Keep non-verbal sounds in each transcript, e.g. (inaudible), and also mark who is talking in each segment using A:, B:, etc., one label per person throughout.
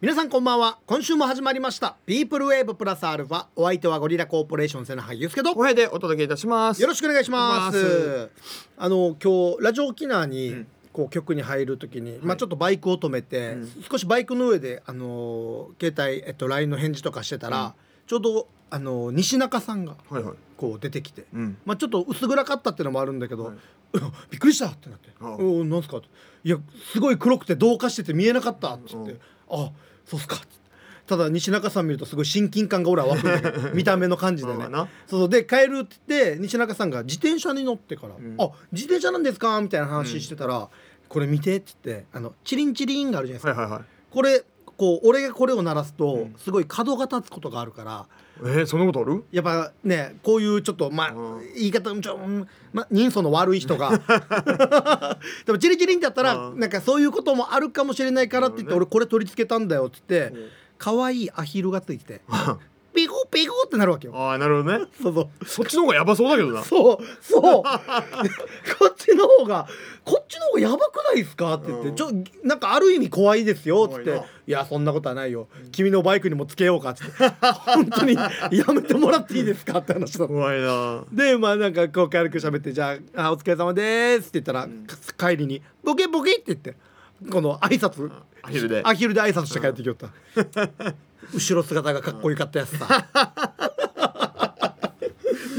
A: 皆さんこんばんは今週も始まりました「ピープルウェーブプラスアルファお相手はゴリラコーポレーション瀬名萩ですけど
B: おへでお届けいたします。
A: よろしくお願いします。
B: お願いし
A: あの今日ラジオ沖縄に、
B: ん
A: こう局に入るときに、まあちょっとバイクを止めて、
B: うん
A: 少しバイクの上であの携帯えっと LINE の返事とかしてたら、
B: うん
A: ちょうどあの西中さんが
B: はいはい。
A: こう出てきて、
B: うん。
A: まあちょっと薄暗かったっていうのもあるんだけど、
B: はい
A: (laughs) びっくりしたってなって「
B: ああ
A: おなんすか?」って「いやすごい黒くて同化してて見えなかった」っつって「あそうっすか」っつってただ西中さん見るとすごい親近感が俺は湧くんだけど見た目の感じで
B: ま
A: ね
B: あまあな
A: そうそうで帰るって言って西中さんが自転車に乗ってから「
B: ん
A: あ自転車なんですか?」みたいな話してたら「これ見て」って言ってあのチリンチリンがあるじゃないですか、
B: はいはいはい。
A: これこう俺がこれを鳴らすと、
B: うん
A: すごい角が立つことがあるから。
B: えー、そんなことある？
A: やっぱねこういうちょっとまあ
B: うん
A: 言い方もちょ、うんまあ、人相の悪い人
B: (laughs)
A: がでもチリチリンだったら
B: うん
A: なんかそういうこともあるかもしれないからって言って
B: な
A: 俺
B: る
A: これ取り付けたんだよって言って可愛いアヒルがついててピコピコってなるわけよ。
B: ああなるほどね。
A: そうそう
B: そっちの方がやばそうだけ (laughs) どな。
A: そう
B: (laughs)
A: そうこっちの方がこっちの方がやばくないですかって言って、
B: うん
A: ちょなんかある意味怖いですよっつって
B: 怖いない
A: やそんなことはないよ君のバイクにもつけようかっつって本当にやめてもらっていいですかって話だった
B: 怖いな。
A: でまあなんかこう軽く喋って「じゃああお疲れ様です」って言ったら、か帰りに「ボケボケ」って言ってこの挨拶
B: アヒルで。
A: アヒルで挨拶して帰ってきよった、後ろ姿がかっこよかったやつさ (laughs)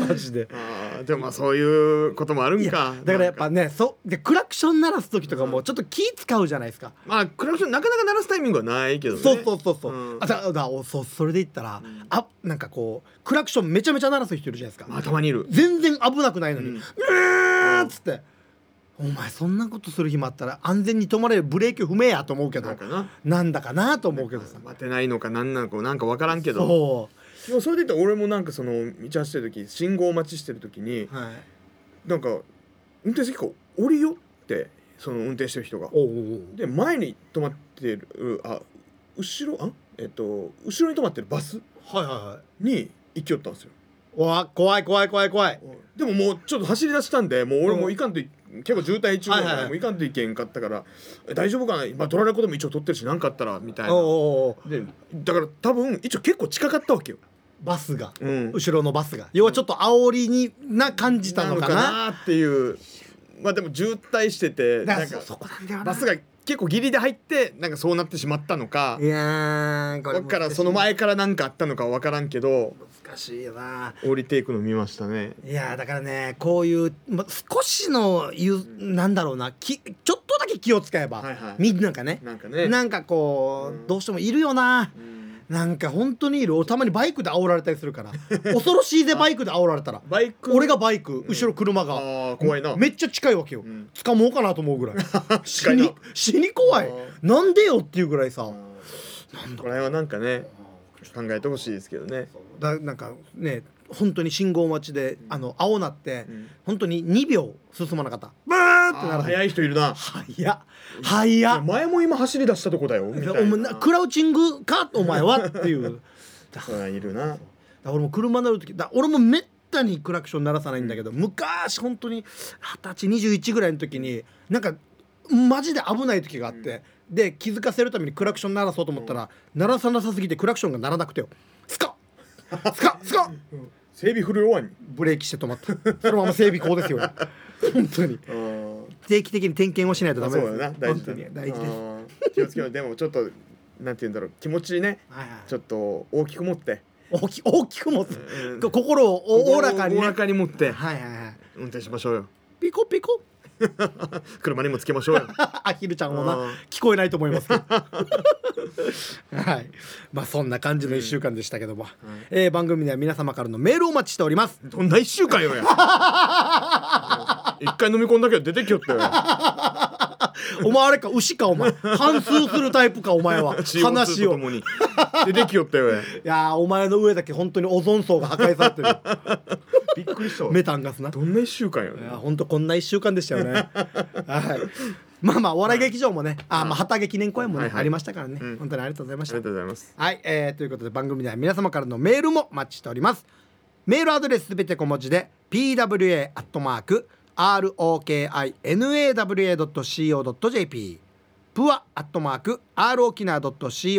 A: マジで。
B: ああでもまあそういうこともあるんか。
A: だからやっぱねそうでクラクション鳴らす時とかもちょっと気使うじゃないですか、
B: まあクラクションなかなか鳴らすタイミングはないけどね。
A: そうそうそうそう、
B: うん
A: あだだおそうそれで言ったら、あなんかこうクラクションめちゃめちゃ鳴らす人いるじゃないですか、
B: まあたまにいる。
A: 全然危なくないのに
B: う
A: 「
B: ん
A: うーっつって「お前そんなことする暇あったら安全に止まれるブレーキ踏めや」と思うけ
B: な
A: ど
B: んかな。
A: なんだかなと思うけどさ
B: 待てないのかなんなのかなんかわからんけど。
A: そ
B: でもそれで言ったら俺もなんかその道走ってる時信号待ちしてる時に
A: う、はい、
B: なんか運転席が降りよってその運転してる人が。
A: おうおうおう
B: で前に止まってるあ後ろあえっと後ろに止まってるバス
A: はいはいはい
B: に行きよったんですよ
A: うわ怖い怖い怖い怖い
B: でももうちょっと走り出したんでもう俺
A: う
B: も
A: ん
B: いかんとい結構渋滞中なんで、
A: はいはいはい
B: もういかんといけんかったからえ大丈夫かな、まあ、取られることも一応取ってるし何かあったらみたい
A: おう
B: な
A: おうおう
B: でだから多分一応結構近かったわけよ、
A: バスが
B: うん、
A: 後ろのバスが要はちょっと煽りにな感じたのかな
B: なーっていうまあでも渋滞してて
A: だから
B: なん
A: そ
B: か
A: そこなんだよな
B: バスが結構ギリで入ってなんかそうなってしまったのか
A: いやーこれ
B: だ
A: 難しい
B: からその前から何かあったのか分からんけど
A: 難しいよな
B: 降りていくの見ましたね。
A: いやーだからねこういう、ま、少しのゆ、なんだろうなきちょっとだけ気を使えば、
B: はいはい
A: みんながね
B: なんかね。
A: なんかこう、
B: うん
A: どうしてもいるよな
B: うん
A: なんか本当にいるおたまにバイクで煽られたりする
B: (laughs)
A: から恐ろしいぜバイクで煽られたら
B: バイク
A: 俺がバイク後ろ車
B: あ
A: が、
B: ー怖いな。
A: めっちゃ近いわけよ、
B: ん
A: 掴もうかなと思う
B: (laughs)
A: ぐらい死
B: 近いな
A: に死に怖い
B: あ
A: なんでよっていうぐらいさ、
B: なんだこれはなんかね考えてほしいですけどね。
A: だなんかね本当に信号待ちで、あの青なって、
B: ん
A: 本当に2秒進まなかったバーってな
B: あー
A: る
B: 早い人いるな。
A: 早っ早っ
B: 前も今走り出したとこだよ。みたい
A: お前な
B: な。
A: クラウチングかお前はっていうだ
B: そういるな。
A: だ俺も車乗る時だ俺もめったにクラクション鳴らさないんだけど、昔本当に二十歳21ぐらいの時になんかマジで危ない時があって、で気づかせるためにクラクション鳴らそうと思ったら、鳴らさなさすぎてクラクションが鳴らなくてよスカッスカッスカッ
B: 整備不良ワニ。
A: ブレーキして止まったそのまま整備工ですよ本当に定期的に点検をしないとダメ
B: そ
A: で
B: う
A: す
B: だな。大事だ
A: 本当に大事です
B: す。気をつけよう。でもちょっとなんて言うんだろう気持ちね
A: はいはい
B: ちょっと大きく持って。
A: 大き大きく持つ、
B: うん
A: こ心をおおらかにね
B: おおらかに持って
A: はいはいはい
B: 運転しましょうよ。
A: ピコピコ
B: (laughs)
A: (laughs)
B: 車にもつけましょうよ。
A: アヒルちゃんもな
B: うん
A: 聞こえないと思います
B: (laughs)
A: けどはいまあそんな感じの1週間でしたけども、えー番組では皆様からのメールをお待ちしております
B: どんな一週間
A: (laughs)
B: よや。一回飲み込んだけど出てきよったよ。
A: お前あれか牛かお前反数するタイプかお前
B: (laughs)
A: は話
B: CO2
A: を
B: とともに出てきよったよや。
A: いやーお前の上だけ本当にオゾン層が破壊されてる
B: (laughs) びっくりしたわ
A: メタンガスな
B: どんな一週間よ
A: いや本当こんな1週間でしたよ (laughs) ねはいまあまあお笑い劇場もね、あまあ旗揚げ記念公演もね、
B: はいはい
A: ありましたからね、
B: うん
A: 本当にありがとうございまし
B: あ
A: た
B: りがとうございます。
A: はい、えーということで番組では皆様からのメールもお待ちしておりますメールアドレスすべて小文字で pwa.rokinawa.co.jp プアアットマーク r 沖縄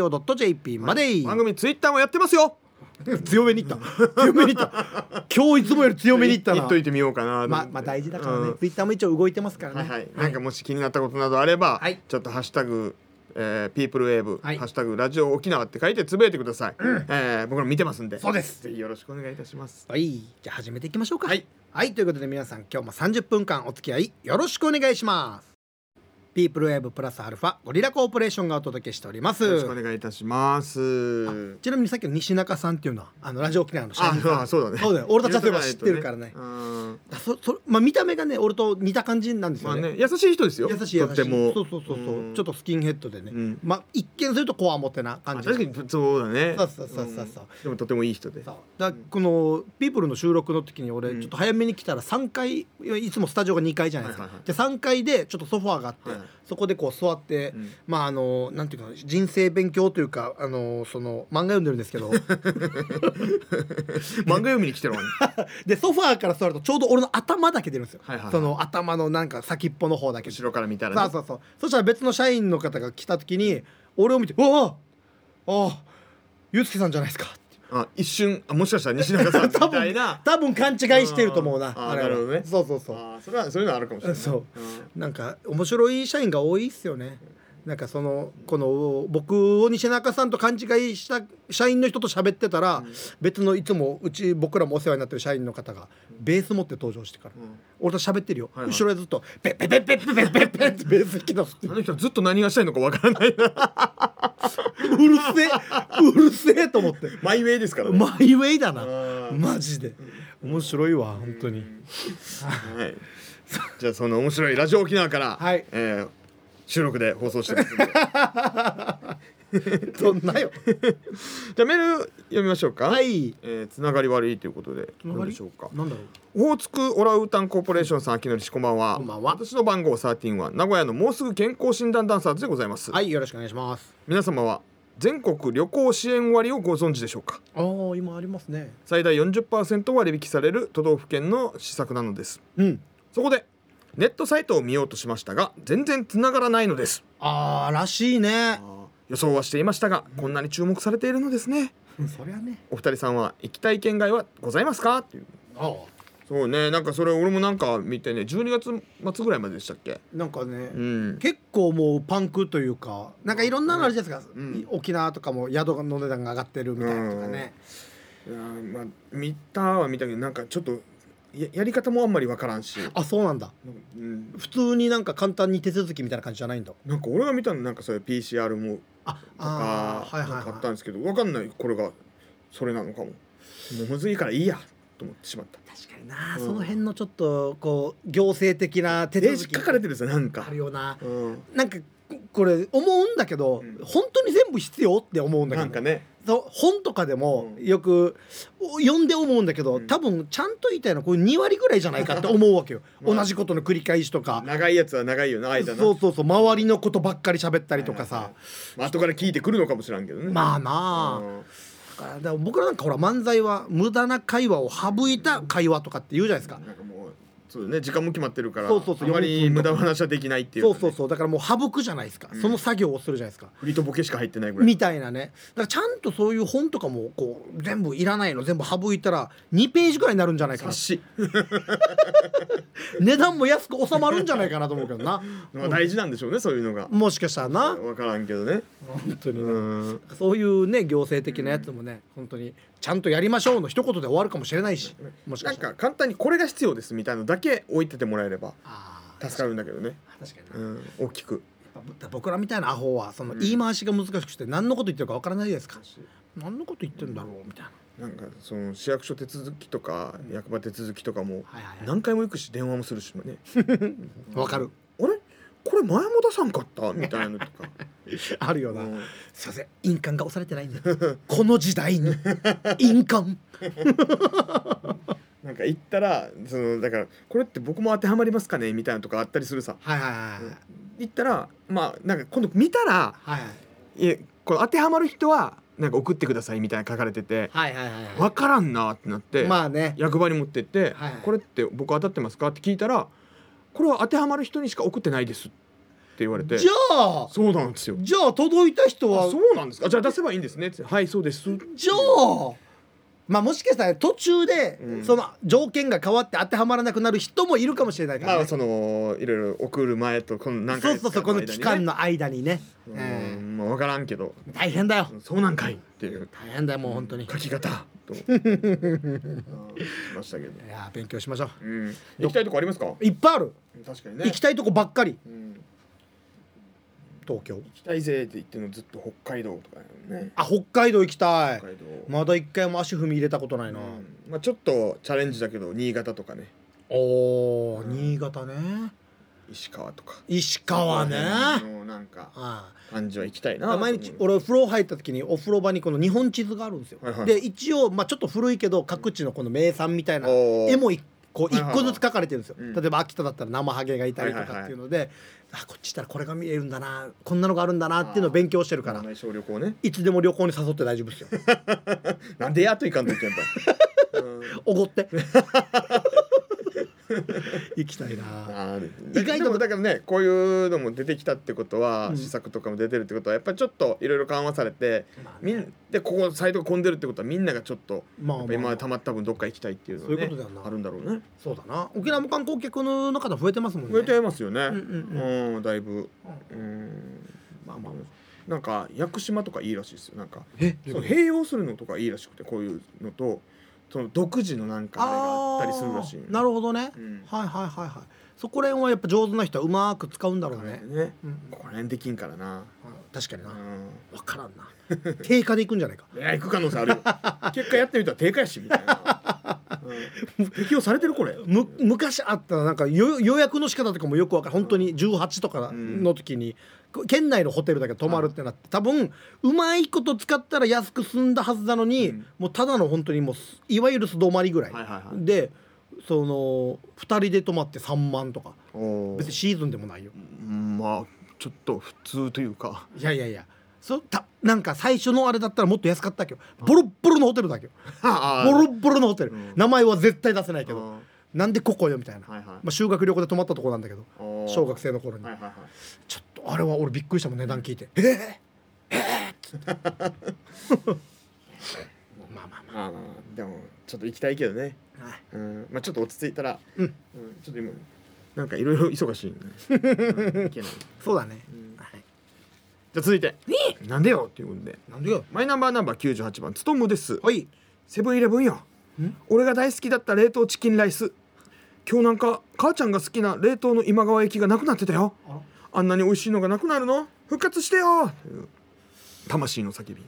A: .co.jp まで、
C: 番組ツイッターもやってますよ
A: (laughs) 強めにいった強めにいった (laughs) 今日いつもより強めにいった
B: 言
A: な
B: っといてみようかなと思っ
A: ま
B: て
A: まあ大事だから
B: う
A: ね
B: ん
A: ツイッターも一応動いてますからね
B: はいはい、なんかもし気になったことなどあれば、
A: はい
B: ちょっとハッシュタグえー、ピープルウェーブ、
A: はい
B: ハッシュタグラジオ沖縄って書いてつぶやいてください、えー僕ら見てますんで
A: そうです
B: ぜひよろしくお願いいたします
A: はい、じゃあ始めていきましょうか。
B: はい、
A: ということで皆さん今日も30分間お付き合いよろしくお願いします。ピープルウェーブプラスアルファゴリラコーポレーションがお届けしております。
B: よろしくお願いいたします
A: ちなみにさっきの西中さんっていうのはあのラジオ沖縄の社
B: あ
A: 員さん
B: あそうだね
A: そうだよ俺たちはそういえば知ってるからね
B: 言うとかないとねうん
A: だそそまあ見た目がね俺と似た感じなんです
B: ま
A: よ
B: あ
A: ね。
B: ね優しい人ですよ
A: 優しい優
B: と
A: しい
B: っても
A: そうそうそうそう、
B: ん
A: ちょっとスキンヘッドでね、
B: うん
A: まあ一見するとこわもてな
B: あ
A: 感じ
B: 確かにそうだね
A: そうそうそうそうそうん
B: でもとてもいい人で
A: そうだからこの「ピープルの収録の時に俺
B: うん
A: ちょっと早めに来たら3階いやいつもスタジオが2階じゃないですか、
B: はいはいはい
A: で3階でちょっとソファーがあって、
B: はいはい
A: そこでこう座って、
B: うん
A: まああのなんていうかな人生勉強というかあのその漫画読んでるんですけど
B: (laughs) 漫画読みに来
A: (laughs)
B: てるもん
A: でソファーから座るとちょうど俺の頭だけ出るんですよ、
B: はいはいはい
A: その頭のなんか先っぽの方だけ
B: 後ろから見たらね
A: そうそうそうそしたら別の社員の方が来た時に俺を見て「あああゆうすけさんじゃないですか」って
B: あ一瞬あもしかしたら西中さんみ
A: 多
B: たい
A: 分
B: な
A: 多分勘違いしてると思うな
B: あ
A: あ
B: ー
A: れは
B: なるほどね
A: そうそうそう
B: あーそれはそういうのはあるかもしれない
A: そ
B: うん
A: なんか面白い社員が多いっすよねなんかそのこの僕を西中さんと勘違いした社員の人と喋ってたら、別のいつもうち僕らもお世話になってる社員の方がベース持って登場してから、
B: ん
A: 俺と喋ってるよ、
B: はいはい
A: 後ろでずっと「ペッペッペッペッペッペッペッペッ」ってベース弾き出すって
B: あの人はずっと何がしたいのかわからない
A: (laughs)
B: な
A: うるせえうるせえと思って
B: マイウェイですからね、
A: マイウェイだな
B: うん
A: マジで面白いわ本当に
B: はい、じゃあその面白いラジオ沖縄から、
A: (laughs) はい
B: えー収録で放送して
A: (laughs)
B: ますんで
A: どんなよ
B: じゃあメール読みましょうか
A: はい
B: えーつながり悪いということでどうでしょうか
A: なんだろう
B: 大津区オラウータンコーポレーションさん秋のりしこんばんは
A: こんばんは
B: 私の番号13は名古屋のもうすぐ健康診断ダンサーズでございます、
A: はいよろしくお願いします
B: 皆様は全国旅行支援割をご存知でしょうか
A: ああ今ありますね
B: 最大40%割引される都道府県の施策なのです
A: うん
B: そこでネットサイトを見ようとしましたが全然つながらないのです
A: あーらしいね
B: 予想はしていましたがこんなに注目されているのですね
A: そりゃね
B: お二人さんは行きたい県外はございますかっていう
A: ああ
B: そうねなんかそれ俺もなんか見てね12月末ぐらいまででしたっけ
A: なんかね、
B: うん
A: 結構もうパンクというかなんかいろんなのあるじゃないですか、
B: うん
A: 沖縄とかも宿の値段が上がってるみたいなとかね、
B: いやーまあ見たは見たけどなんかちょっとややり方もあんまりわからんし
A: あそうなんだ
B: なんか,、うん、
A: 普通になんか簡単に手続きみたいな感じじゃないんだ
B: なんか俺が見たのなんかそれ PCR も
A: あ
B: とか
A: あーはいはい
B: なんかあっ
A: は
B: たん
A: い
B: ですけどわかんないこれがそれなのかももうむずいからいいやと思ってしまった
A: 確かにな、
B: うん
A: その辺のちょっとこう行政的な手
B: 電
A: 続
B: 子
A: き
B: 書かれてるんですよなんか
A: あるよな
B: うん
A: なんかこれ思うんだけど、
B: うん
A: 本当に全部必要って思うんだけど
B: なんかね
A: そう本とかでも
B: うん
A: よくお読んで思うんだけど、
B: うん
A: 多分ちゃんと言いたいのはこれ2割ぐらいじゃないかって思うわけよ、
B: (laughs) まあ
A: 同じことの繰り返しとか、
B: 長いやつは長いよな間な
A: そうそうそう周りのことばっかり喋ったりとかさ、
B: はいはいはいまあ後から聞いてくるのかもしらんけどね
A: まあなあ、
B: うん
A: だからだから僕らなんかほら漫才は無駄な会話を省いた会話とかって言うじゃないですか、
B: なんかもうそうだね時間も決まってるから
A: そうそうそう
B: あまり無駄話はできないっていうか
A: そ
B: ね、
A: うそうそうだからもう省くじゃないですか、その作業をするじゃないですか。
B: 振りとボケしか入ってないぐらい
A: みたいなねだからちゃんとそういう本とかもこう全部いらないの全部省いたら2ページぐらいになるんじゃないかな
B: 冊子
A: 値段も安く収まるんじゃないかなと思うけどな
B: まあ大事なんでしょうねそういうのが
A: もしかしたらな
B: 分からんけどね
A: 本当に、
B: うん
A: そういうね行政的なやつもね、本当にちゃんとやりましょうの一言で終わるかもしれないしもしか
B: なん
A: したら
B: か簡単にこれが必要ですみたいなのだけ置いててもらえれば
A: あー
B: 助かるんだけどね、
A: 確かにな、
B: う
A: やっ
B: ん、大きく
A: ぱぼ僕らみたいなアホはその言い回しが難しくして何のこと言ってるかわからないじゃないですか、何のこと言ってるんだろうみたいな
B: なんかその市役所手続きとか役場手続きとかも
A: はいはいはい
B: 何回も行くし電話もするしね
A: わかる
B: あれこれ前も出さんかったみたいな
A: (laughs)
B: のとか
A: あるよ
B: う
A: な、
B: ん
A: すいません印鑑が押されてないんでこの時代
B: (laughs)
A: に印鑑
B: なんか行ったらそのだからこれって僕も当てはまりますかねみたいなとかあったりするさ
A: はいはいはいはい
B: 行ったらまあなんか今度見たら
A: はい
B: いえこの当てはまる人はなんか送ってくださいみたいな書かれてて
A: はいはいはいは
B: 分からんなってなって、
A: いまあね
B: 役場に持ってって、
A: はい
B: これって僕当たってますか?」って聞いたら「これは当てはまる人にしか送ってないです」っ言われて
A: じゃあ
B: そうなんですよ
A: じゃあ届いた人
B: あ
A: は
B: そうなんですかじゃあ出せばいいんですねってはいそうです
A: じゃあまあもしかしたら途中で、
B: うん
A: その条件が変わって当てはまらなくなる人もいるかもしれないから、
B: ま
A: ね
B: あそのいろいろ送る前とこの何
A: そう
B: 回
A: そうそうこの期間の間にね、
B: う
A: え
B: んまあ分からんけど
A: ー大変だよ
B: そうなんかいっていう
A: 大変だよもう本当に、
B: 書き方 (laughs) と思ってうんましたけど
A: いやー勉強しましょ
B: うん行きたいとこありますか
A: ういっぱいある、
B: 確かに
A: 行きたいとこばっかり
B: うん
A: 東京
B: 行きたいぜって言ってるのずっと北海道とかね
A: あ北海道行きたい
B: 北海道
A: まだ一回も足踏み入れたことないな、
B: うんまあちょっとチャレンジだけど新潟とかね
A: おー新潟ね
B: 石川とか
A: 石川ね、
B: もうなんか
A: あ
B: 感じは行きたい
A: あ
B: な
A: 毎日
B: と思う
A: 俺お風呂入った時にお風呂場にこの日本地図があるんですよ、
B: はいはい
A: で一応、まあ、ちょっと古いけど各地のこの名産みたいな
B: おー
A: 絵も一こう
B: はい
A: 一
B: はいはい
A: 個ずつ書かれてるんですよ、
B: うん
A: 例えば秋田だったら生ハゲがいたりと
B: はいはい
A: か
B: はい
A: っていうので、あこっち行ったらこれが見えるんだなこんなのがあるんだなっていうのを勉強してるから
B: 内省旅行ね
A: いつでも旅行に誘って大丈夫です
B: (laughs)
A: よ
B: なんでやっといかんといけん
A: (laughs)
B: だうん
A: おごって
B: (laughs)
A: 行きたいな
B: あー
A: 意外と
B: でもだからねこういうのも出てきたってことは、
A: うん
B: 施策とかも出てるってことはやっぱりちょっといろいろ緩和されて、
A: まあね
B: みんでここサイトが混んでるってことはみんながちょっと、
A: まあ
B: や
A: ま
B: っぱ
A: あ
B: 今
A: ま
B: ま
A: あ
B: でたまった分どっか行きたいっていうの
A: そういう
B: ね
A: ことだよな
B: あるんだろうね。
A: そうだな沖縄も観光客の方増えてますもんね
B: 増えてますよね。
A: んうん
B: うんだいぶ。うん
A: まあまあ
B: なんか屋久島とかいいらしいですよ。なんか
A: え
B: そう併用するのとかいいらしくてこういうのとその独自のなんかあれがあったりするらしい。
A: あーなるほどね、
B: うん
A: はいはいはいはいそこら辺はやっぱ上手な人はうまく使うんだろう
B: だ
A: ね
B: からね
A: うん
B: ここら辺できんからな。
A: 確かに
B: う
A: な、わ
B: ん
A: 分からんな (laughs) 定価でいくんじゃないか
B: いや行く可能性あ
A: (laughs)
B: るよ結果やってみたら低下やしみたいな、うん適用されてるこれ
A: む昔あったなんか予予約の仕方とかもよく分からん本当に18とかの時に、こ県内のホテルだけ泊まるってなって多分うまいこと使ったら安く済んだはずなのに、
B: うん
A: もうただの本当にもうすいわゆる素泊まりぐらい、
B: はいはいは
A: でその2人で泊まって3万とか
B: お
A: 別にシーズンでもないよ
B: まあちょっと普通というか
A: いやいやいやそたなんか最初のあれだったらもっと安かったけどボロッボロのホテルだけど
B: (laughs) あ
A: ボロッボロのホテル、
B: うん
A: 名前は絶対出せないけ
B: けど
A: ど、なんでここよみたいな、
B: はいはい
A: まあ、修学旅行で泊まったところなんだけど小学生の頃に、
B: はいはいはい
A: ちょっとあれは俺びっくりしたもん値段聞いて「ええええまあまあ
B: まあまあまあでもちょっと行きたいけどね
A: まあ、はい、
B: うんまあちょっと落ち着いたら、
A: うん
B: んちょっと今なんかいろいろ忙しいん
A: (laughs)
B: で、うんいけないじ
A: そうだね、
B: ん
A: はい
B: ゃあ続いてなんでよっていうことで
A: なんでよ
B: マイナンバーナンバー98番つとむです
A: はい
B: セブンイレブンよ俺が大好きだった冷凍チキンライス今日なんか母ちゃんが好きな冷凍の今川焼きがなくなってたよ
A: あら
B: あんなに美味しいのがなくなるの復活してよという魂の叫び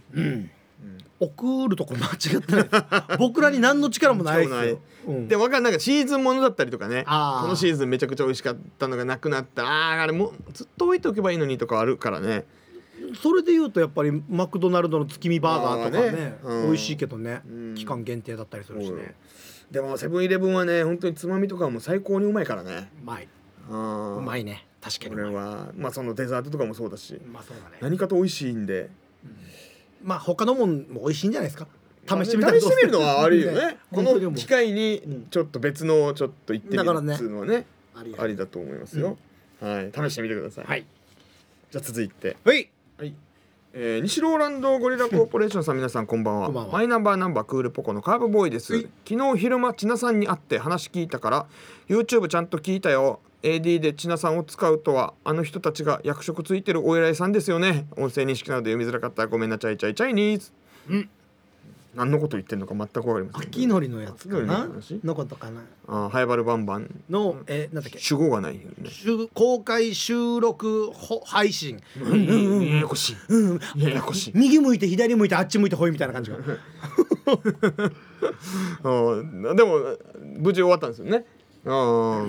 A: 送るとこ間違ってない
B: (laughs)
A: 僕らに何の力もないですよ、うん
B: でも分かんないなんかシーズンものだったりとかね
A: あー
B: このシーズンめちゃくちゃ美味しかったのがなくなったあーあれもうずっと置いておけばいいのにとかあるからね
A: それで言うとやっぱりマクドナルドの月見バーガーとかね
B: まあねうん
A: 美味しいけどね、
B: うん
A: 期間限定だったりするしね、
B: でもセブンイレブンはね本当につまみとかも最高にうまいからね
A: うまい、
B: うん
A: うま
B: い
A: いね確かに
B: こ
A: う
B: れ
A: まい
B: はまあそのデザートとかもそうだし
A: まあそうだね
B: 何かと美味しいんで
A: まあ他のもんも美味しいんじゃないですか試してみたら
B: 試してみるのは悪いよね (laughs) こ
A: 本当に
B: の
A: 思う
B: 機会にちょっと別のをちょっと行ってみ
A: だ
B: る
A: からね
B: っていうのはね
A: あり
B: ありだと思いますよ、はい試してみてください、
A: はい
B: じゃあ続いて
A: はい
B: はい、えー、西ローランドゴリラコーポレーションさん皆さんこんばんは
A: こんばんは
B: マイナンバーナンバークールポコのカーブボーイです
A: はい
B: 昨日昼間千奈さんに会って話聞いたから YouTube ちゃんと聞いたよ AD で千奈さんを使うとはあの人たちが役職ついてるお偉いさんですよね音声認識なので読みづらかったらごめんなちゃいちゃいちゃいにーず
A: うん
B: 何のこと言ってんのか全くわかりません
A: 秋のりのやつか
B: 秋の
A: な
B: りの話
A: のことかな
B: あーハイバルバンバン
A: の、えーなんだっけ
B: 主語がないよね
A: 収公開収録ほ配信
B: ややこしい、ややこしい
A: 右向いて左向いてあっち向いてほいみたいな感じが
B: うんでも無事終わったんですよね。うん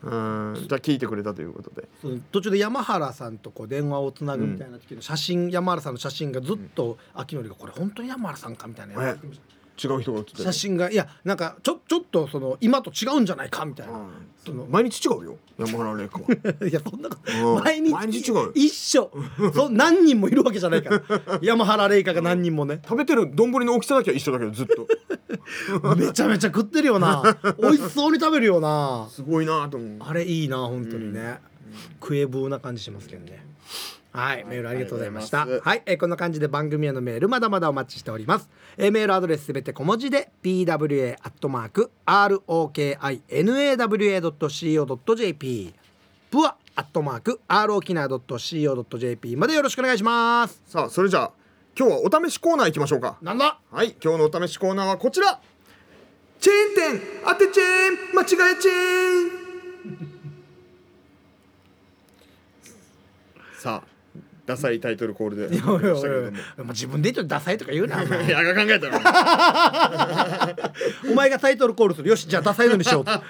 B: うんじゃあ聞いてくれたということで。
A: その途中で山原さんとこう電話をつなぐみたいな時の写真、山原さんの写真がずっと秋のりがこれ本当に山原さんかみたいなやつ
B: え違う人が映ってる
A: 写真がいやなんかちょちょっとその今と違うんじゃないかみたいな、その (laughs)
B: 毎日違うよ山原玲子は。 (laughs)
A: いやそんなこと
B: うん
A: 毎日
B: 毎日違うよ
A: 一
B: (laughs)
A: 緒そ何人もいるわけじゃないから山原玲香が何人もね
B: 食べてる丼の大きさだけは一緒だけどずっと
A: めちゃめちゃ食ってるよな美味しそうに食べるよな
B: (laughs) すごいなと思う。
A: あれいいな本当にね、クエブーな感じしますけどねはい、メールありがとうございまし
B: あ
A: た。
B: りがとうご
A: は
B: ざい
A: い、えーこんな感じで番組へのメールまだまだお待ちしております。えーメールアドレスすべて小文字で p w a アットマーク r o k i n a w a ドット c o ドット j p プアアットマーク r o k i n a ドット c o ドット j p までよろしくお願いします。
B: さあそれじゃあ今日はお試しコーナー行きましょうか
A: なんだ。
B: はい今日のお試しコーナーはこちらチェーン店当てチェーン間違えチェーン (laughs) さあダサいタイトルコールでしたけ
A: おいおい
B: れ
A: おい
B: ども
A: もう自分で言ってダサいとか言うな。お前
B: いや考えた (laughs) ら
A: お前がタイトルコールする。よし、じゃあダサいのにし
B: (laughs)
A: よう。
B: さ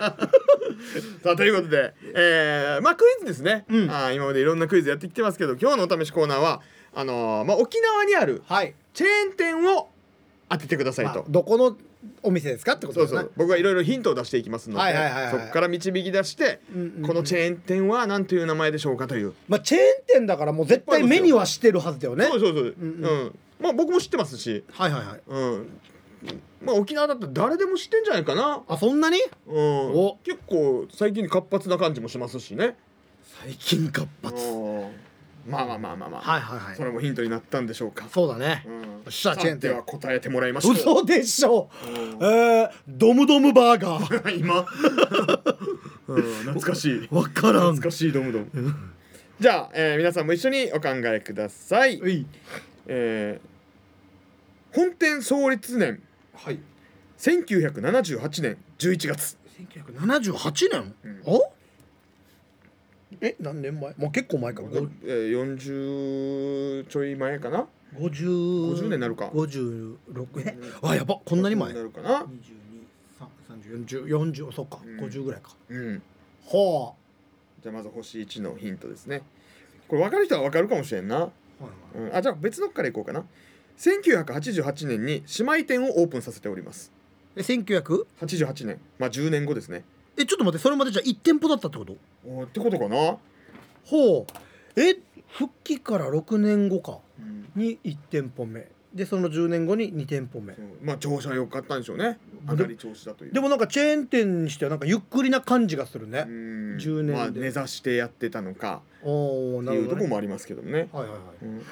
B: あということで、えーまあクイズですね、あー今までいろんなクイズやってきてますけど今日のお試しコーナーはあのーまあ、沖縄にある
A: はい。
B: チェーン店を当ててください
A: まあ
B: と、
A: どこのお店ですかってこと
B: そ
A: で
B: う
A: す
B: そ
A: ね
B: う。僕はいろいろヒントを出していきますので、
A: はいはいはいはい
B: そこから導き出して、このチェーン店は何という名前でしょうかという、
A: まあチェーン店だからもう絶対目にはしてるはずだよね。
B: そうそうそううん、まあ僕も知ってますし、
A: はいはいはい。
B: うん、まあ沖縄だったら誰でも知ってんじゃないかな、
A: あ、そんなに？
B: うん
A: お、
B: 結構最近活発な感じもしますしね、
A: 最近活
B: う
A: 発
B: んまあまあまあまあまあ、
A: はいはいはい
B: それもヒントになったんでしょうか、
A: そうだね、
B: うん
A: よっしゃ
B: さあ
A: チェーン
B: では
A: 店
B: 答えてもらいましょう
A: 嘘でしょえー、ドムドムバーガー
B: 今、うん、懐かしい
A: わからん
B: 懐かしいドムドムじゃあ、えー皆さんも一緒にお考えください、
A: い
B: えー本店創立年
A: はい
B: 1978年11月
A: 1978年、おえ何年前もう結構前か
B: えー40ちょい前かな
A: 50
B: 50年になるか
A: 56えあやばこんなに前
B: なるかな、
A: 223040そっか、
B: ん
A: 50ぐらいか
B: うん、
A: は
B: じゃあまず星1のヒントですねこれ分かる人は分かるかもしれんな、
A: あ、
B: うん、あじゃあ別のからいこうかな1988年に姉妹店をオープンさせております
A: え1900
B: 88年まあ10年後ですね
A: えちょっと待ってそれまでじゃあ1店舗だったってこと
B: おーってことかな、
A: ほうえ復帰から6年後かに1店舗目でその10年後に2店舗目
B: うんまあ調子は良かったんでしょうね
A: まあ
B: 上がり調子だという
A: でもなんかチェーン店にしてはなんかゆっくりな感じがするね
B: う、ん
A: 10年で
B: まあ、目指してやってたのか
A: おお
B: っ
A: な
B: てい
A: る
B: うと
A: ほど、
B: ころ
A: ね、
B: もありますけどもね、
A: はいはいはい
B: うん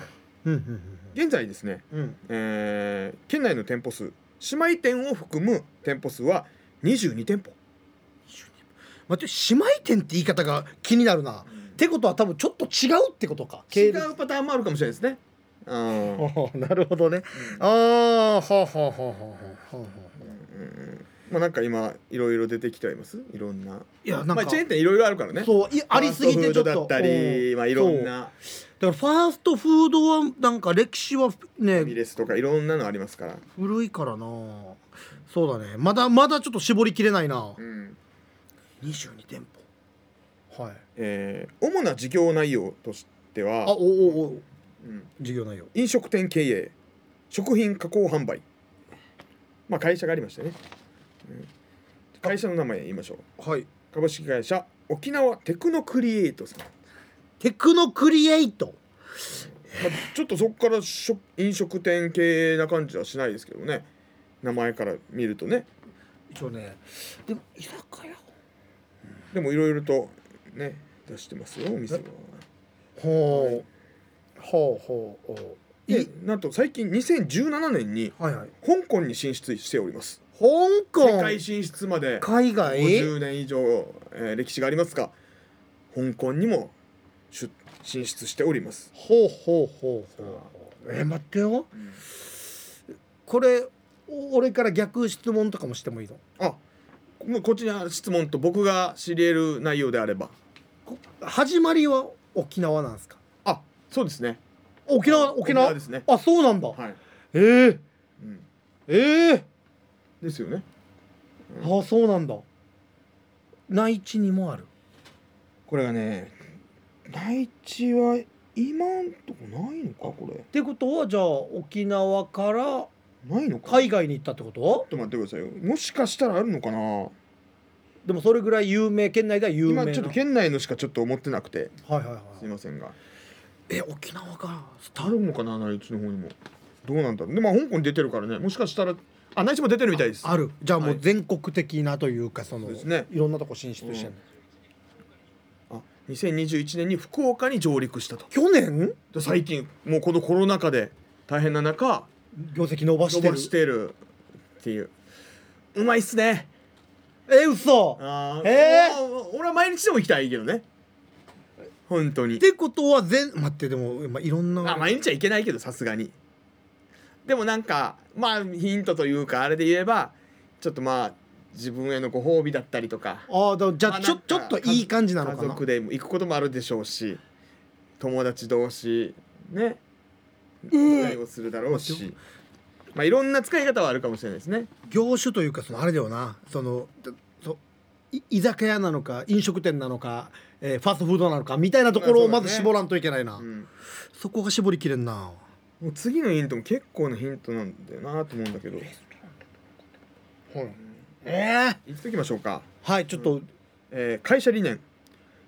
A: うん
B: 現在ですね、
A: うんうんうん
B: えー県内の店舗数姉妹店を含む店舗数は22店舗
A: 待って姉妹店って言い方が気になるな、ってことは多分ちょっと違うってことか
B: 違
A: 列
B: うパターンもあるかもしれないですねうん
A: おーなるほどね、ああはあはあはあはあはあはあ
B: まあなんか今いろいろ出てきてはいますいろんない
A: やなんか
B: まあ、チェーン店いろいろあるからね
A: そういありすぎてちょっと
B: ファーストフードだった
A: う
B: り、まあ、いろんな
A: だからファーストフードはなんか歴史はね
B: ファミレスとかいろんなのありますから、
A: 古いからなそうだねまだまだちょっと絞りきれないな
B: うん
A: 22店舗はい
B: えー主な事業内容として
A: あ
B: は
A: お、おお
B: うん
A: 授業内容
B: 飲食店経営食品加工販売まあ会社がありましたね、うん会社の名前言いましょう
A: はい
B: 株式会社沖縄テクノクリエイトさん、ま
A: テクノクリエイト
B: あ、ちょっとそこからしょ飲食店経営な感じはしないですけどね名前から見るとね
A: 一応ねでも居酒屋
B: でもいろいろとね出してますよお店は
A: ほうほうほうほう
B: でなんと最近2017年に
A: はいはい
B: 香港に進出しております
A: 香港
B: 世界進出まで
A: 海外
B: 50年以上、えー歴史がありますが香港にも出進出しております
A: ほうほうほうほうえ待ってよこれお俺から逆質問とかもしてもいいの
B: あもうこっちら質問と僕が知り得る内容であれば
A: こ始まりは沖縄なんですか
B: あそうですね
A: 沖縄
B: 沖
A: 沖
B: 縄
A: 縄
B: ですね
A: あそうなんだ、
B: はい、
A: えー、
B: うん、
A: ええ
B: ですよね
A: あそうなんだ内地にもある
B: これがね内地は今んとこないのかこれ
A: ってことはじゃあ沖縄から
B: ないのか
A: 海外に行ったってこと
B: ちょっと待ってくださいよもしかしたらあるのかな
A: でもそれぐらい有名県内では有名な
B: 今ちょっと県内のしかちょっと思ってなくて
A: はいはい
B: すい
A: はい
B: ませんが
A: え沖縄かスタ
B: あるのかな内地の方にもどうなんだろうでまあ香港に出てるからねもしかしたらあ内地も出てるみたいです
A: あるじゃあも
B: は
A: う
B: い
A: 全国的なというかその、
B: そうです
A: い
B: ね
A: ろんなとこ進出してる、
B: あ2021年に福岡に上陸したと
A: 去年
B: で最近もうこのコロナ禍で大変な中
A: 業績伸ばし
B: 伸
A: て
B: ば
A: る
B: してるっていううまいっすね
A: え嘘
B: あー
A: え
B: お俺は毎日でも行きたいけどね本当に
A: ってことは全待ってでも、まあ、いろんな
B: あ毎日はいけないけどさすがにでもなんかまあヒントというかあれで言えばちょっとまあ自分へのご褒美だったりとか
A: あーだからじゃ
B: ま
A: あ
B: あ
A: ちょ
B: なん
A: ちょ
B: か
A: っといい感じなのか
B: 家
A: な
B: 族でも行くこともあるでしょうし友達同士ね
A: うん
B: 会をするだろうし、まあ、いろんな使い方はあるかもしれないですね
A: 業種というかそのあれだよなそのだそい居酒屋なのか飲食店なのか、えーファストフードなのかみたいなところを
B: まあ
A: ま
B: そうだ
A: ず
B: ね
A: 絞らんといけないな、
B: うん
A: そこが絞りきれんな
B: もう次のヒントも結構なヒントなんだよなと思うんだけど
A: はいえー、
B: 言っときましょうか、
A: はいちょっと、
B: えー会社理念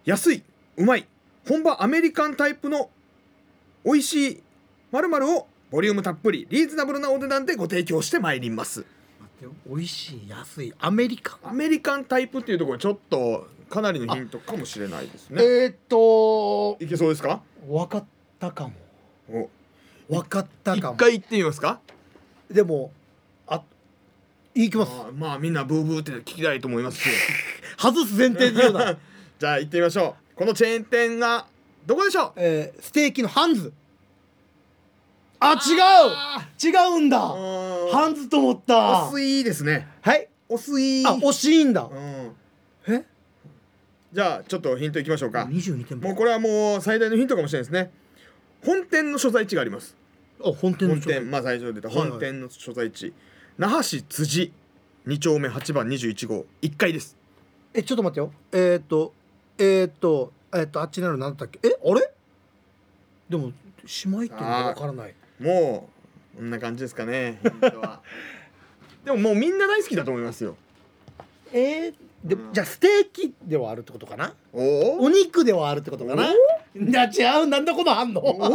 B: 安いうまい本場アメリカンタイプの美味しいまるをボリュームたっぷりリーズナブルなお値段でご提供してまいります
A: 待ってよ美味しい安いアメリカ
B: アメリカンタイプっていうところちょっとかなりのヒントかもしれないですね
A: えー、っと
B: いけそうですか
A: 分かったかも
B: お
A: 分かったか
B: 一
A: も
B: 回行ってみますか
A: でもあいきます
B: あーまあみんなブーブーって聞きたいと思いますし
A: 外す前提で言う
B: (laughs)
A: な
B: じゃあ行ってみましょうこのチェーン店がどこでしょう
A: えー、ステーキのハンズあ違
B: あ
A: う違うんだ
B: ー
A: ハンズと思った
B: おいですね
A: はい
B: おい
A: あ惜しいんだ
B: うん
A: え
B: じゃあちょっとヒントいきましょうか
A: 二22店
B: もう
A: 舗
B: これはもう最大のヒントかもしれないですね本店の所在地があります
A: あ本店の
B: 本店まあ最初に出た
A: はいはい
B: 本店の所在地、那覇市辻2丁目8番21号1階です
A: えちょっと待ってよえー、っとえー、っとえー、っとあっちにあるなんだっけえあれでも姉妹店がわからない
B: もうこんな感じですかねヒントは (laughs) でももうみんな大好きだと思いますよ
A: えー、で
B: うん
A: じゃあステーキではあるってことかな
B: おお
A: お肉ではあるってことかなな違うなんだこの反
B: お
A: 応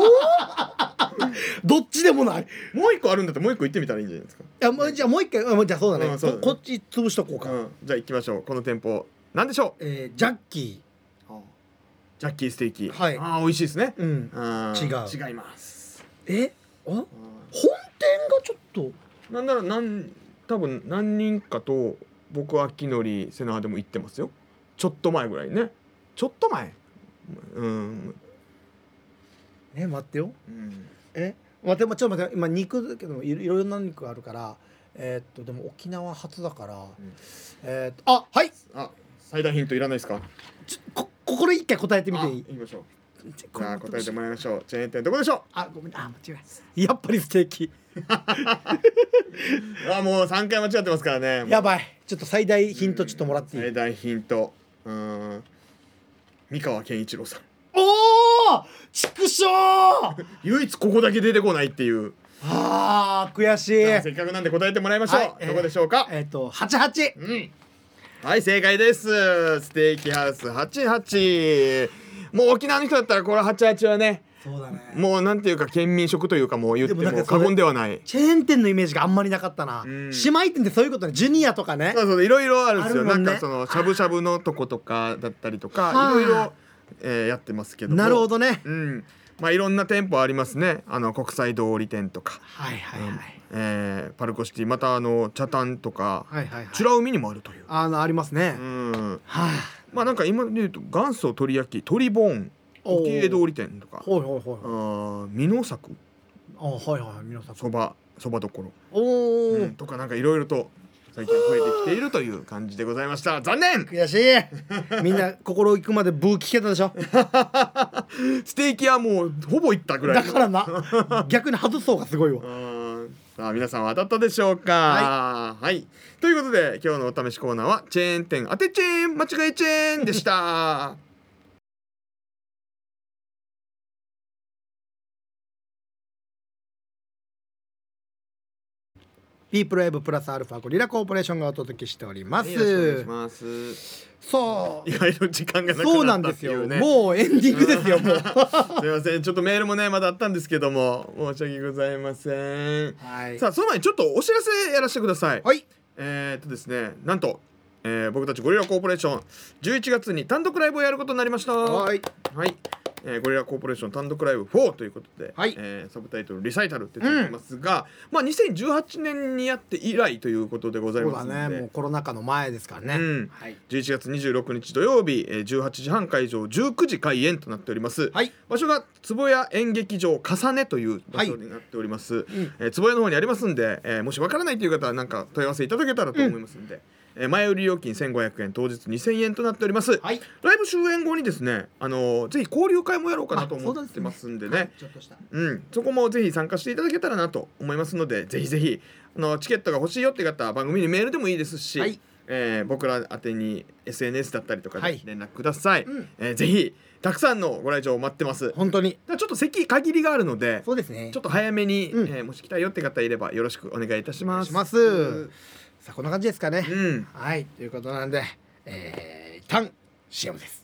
A: どっちでもないい
B: もう一個あるんだったらもう一個行ってみたらいいんじゃないですか、
A: やもうじゃあもう一回あもうじゃあそうだね,、
B: うんそうだね
A: ここっち潰しとこうか、
B: うん、じゃあ行きましょうこの店舗なんでしょ
A: えージャッキ
B: うジャッキーステーキ、
A: はい
B: ああ美味しいですね
A: ーうん
B: あー
A: 違
B: 違います
A: えあ本
B: あ
A: 店がちょっと
B: ーなんならなん多分何人かと僕秋のり瀬名でも行ってますよちょっと前ぐらいねちょっと前うん、
A: ね待ってよ
B: うん、
A: え待ってまちょっと待って今肉だけどもいろいろんな肉あるからえーっとでも沖縄初だから、
B: ん
A: えーっとあはい
B: あ最大ヒントいらないですか
A: ちょこここで一回答えてみていい
B: あ行きましょう
A: ちょこ
B: じ
A: れ
B: ゃあ答えてもらいましょうチェーン店どこでしょ
A: あごめんあ間違えやっぱりステーキ
B: うあもう3回間違ってますからね
A: や
B: ば
A: ばいちょっと最大ヒントちょっともらっていい、
B: 最大ヒントうーん三河健一郎さん
A: おお畜生 (laughs)
B: 唯一ここだけ出てこないっていう、
A: あー悔しい
B: せっかくなんで答えてもらいましょう、
A: はいえー
B: どこでしょうか、
A: えーっと八八
B: うんはい正解ですステーキハウス88もう沖縄の人だったらこれ88はね
A: そうだね
B: もうなんていうか県民食というかもう言っても
A: でもなんか
B: 過
A: それ
B: 言ではない
A: チェーン店のイメージがあんまりなかったな、
B: ん
A: 姉妹店ってそういうことねジュニアとかね
B: そうそういろいろあるんですよ、
A: あるもん
B: な
A: ね
B: んかそのしゃぶしゃぶのとことかだったりと
A: は
B: か
A: あ
B: いろいろ、えーやってますけども
A: なるほどね、
B: うんまあいろんな店舗ありますねあの国際通り店とか、
A: はいはいはい、
B: えーパルコシティまたあの茶炭とか、
A: はいはいはい
B: 美ら海にもあるという、
A: あのありますね、
B: うん、
A: はい、
B: まあなんか今で言うと元祖鳥焼き鳥ボン
A: おー
B: 時計通り店とか
A: ほいほいほい
B: あー美濃作
A: あはいはい皆さん
B: そばそばどころ、
A: おお、
B: うんとかなんかいろいろと最近増えてきているという感じでございました残念
A: 悔しいみんな心行くまでブー聞けたでしょ
B: ステーキはもうほぼいったぐら
A: だ
B: いの
A: からな逆に外そうがすごいわ
B: うんさあ皆さんは当たったでしょうかはい、ということで今日のお試しコーナーはチェーン店当てチェーン間違えチェーンでした
A: ピープライブプラスアルファゴリラコーポレーションがお届けしておりま
B: はいよろしくお
A: す
B: 願いします
A: そう
B: (laughs) いろいろ時間がなく
A: そうな
B: なんった
A: で
B: っ
A: す
B: てい
A: よ
B: うね
A: もうエンディングですよもう
B: (laughs) すいませんちょっとメールもねまだあったんですけども申し訳ございません
A: はい
B: さあその前にちょっとお知らせやらせてください、
A: はい
B: えーっとですねなんとえー僕たちゴリラコーポレーション11月に単独ライブをやることになりました
A: はい
B: はい、えーゴリラコーポレーション単独ライブ4ということで、
A: はい
B: えーサブタイトル「リサイタル」ってついてますが、まあ、2018年にやって以来ということでござい
A: そう
B: ます
A: だ
B: の
A: ね
B: で、
A: もうコロナ禍の前ですからね、
B: うん
A: はい
B: 11月26日土曜日、えー18時半会場19時開演となっております、
A: はい
B: 場所が坪谷演劇場重ねという場所になっております、えー坪谷の方にありますんで、えーもしわからないという方はなんか問い合わせいただけたらと思いますんで、えー前売り料金1500円当日2000円となっております、
A: はい
B: ライブ終演後にですね、あのーぜひ交流会もやろうかなと思
A: あそう
B: っ
A: です
B: て
A: ね
B: ますんでね
A: ちょっとした
B: うん、そこもぜひ参加していただけたらなと思いますのでぜひぜひあのチケットが欲しいよって方は番組にメールでもいいですし、
A: はい
B: えー僕ら宛てに SNS だったりとか
A: は
B: で
A: い
B: 連絡ください、
A: うん
B: えーぜひたくさんのご来場を待ってますた
A: 本当に
B: だちょっと席限りがあるので
A: そうですね
B: ちょっと早めに、
A: うん
B: えーもし来たいよって方いればよろしくお願いいたし
A: お願
B: ま
A: い
B: す。
A: します、
B: うん
A: さあこんな感じですかね、
B: うん
A: はいということなんでえー、一旦 CM です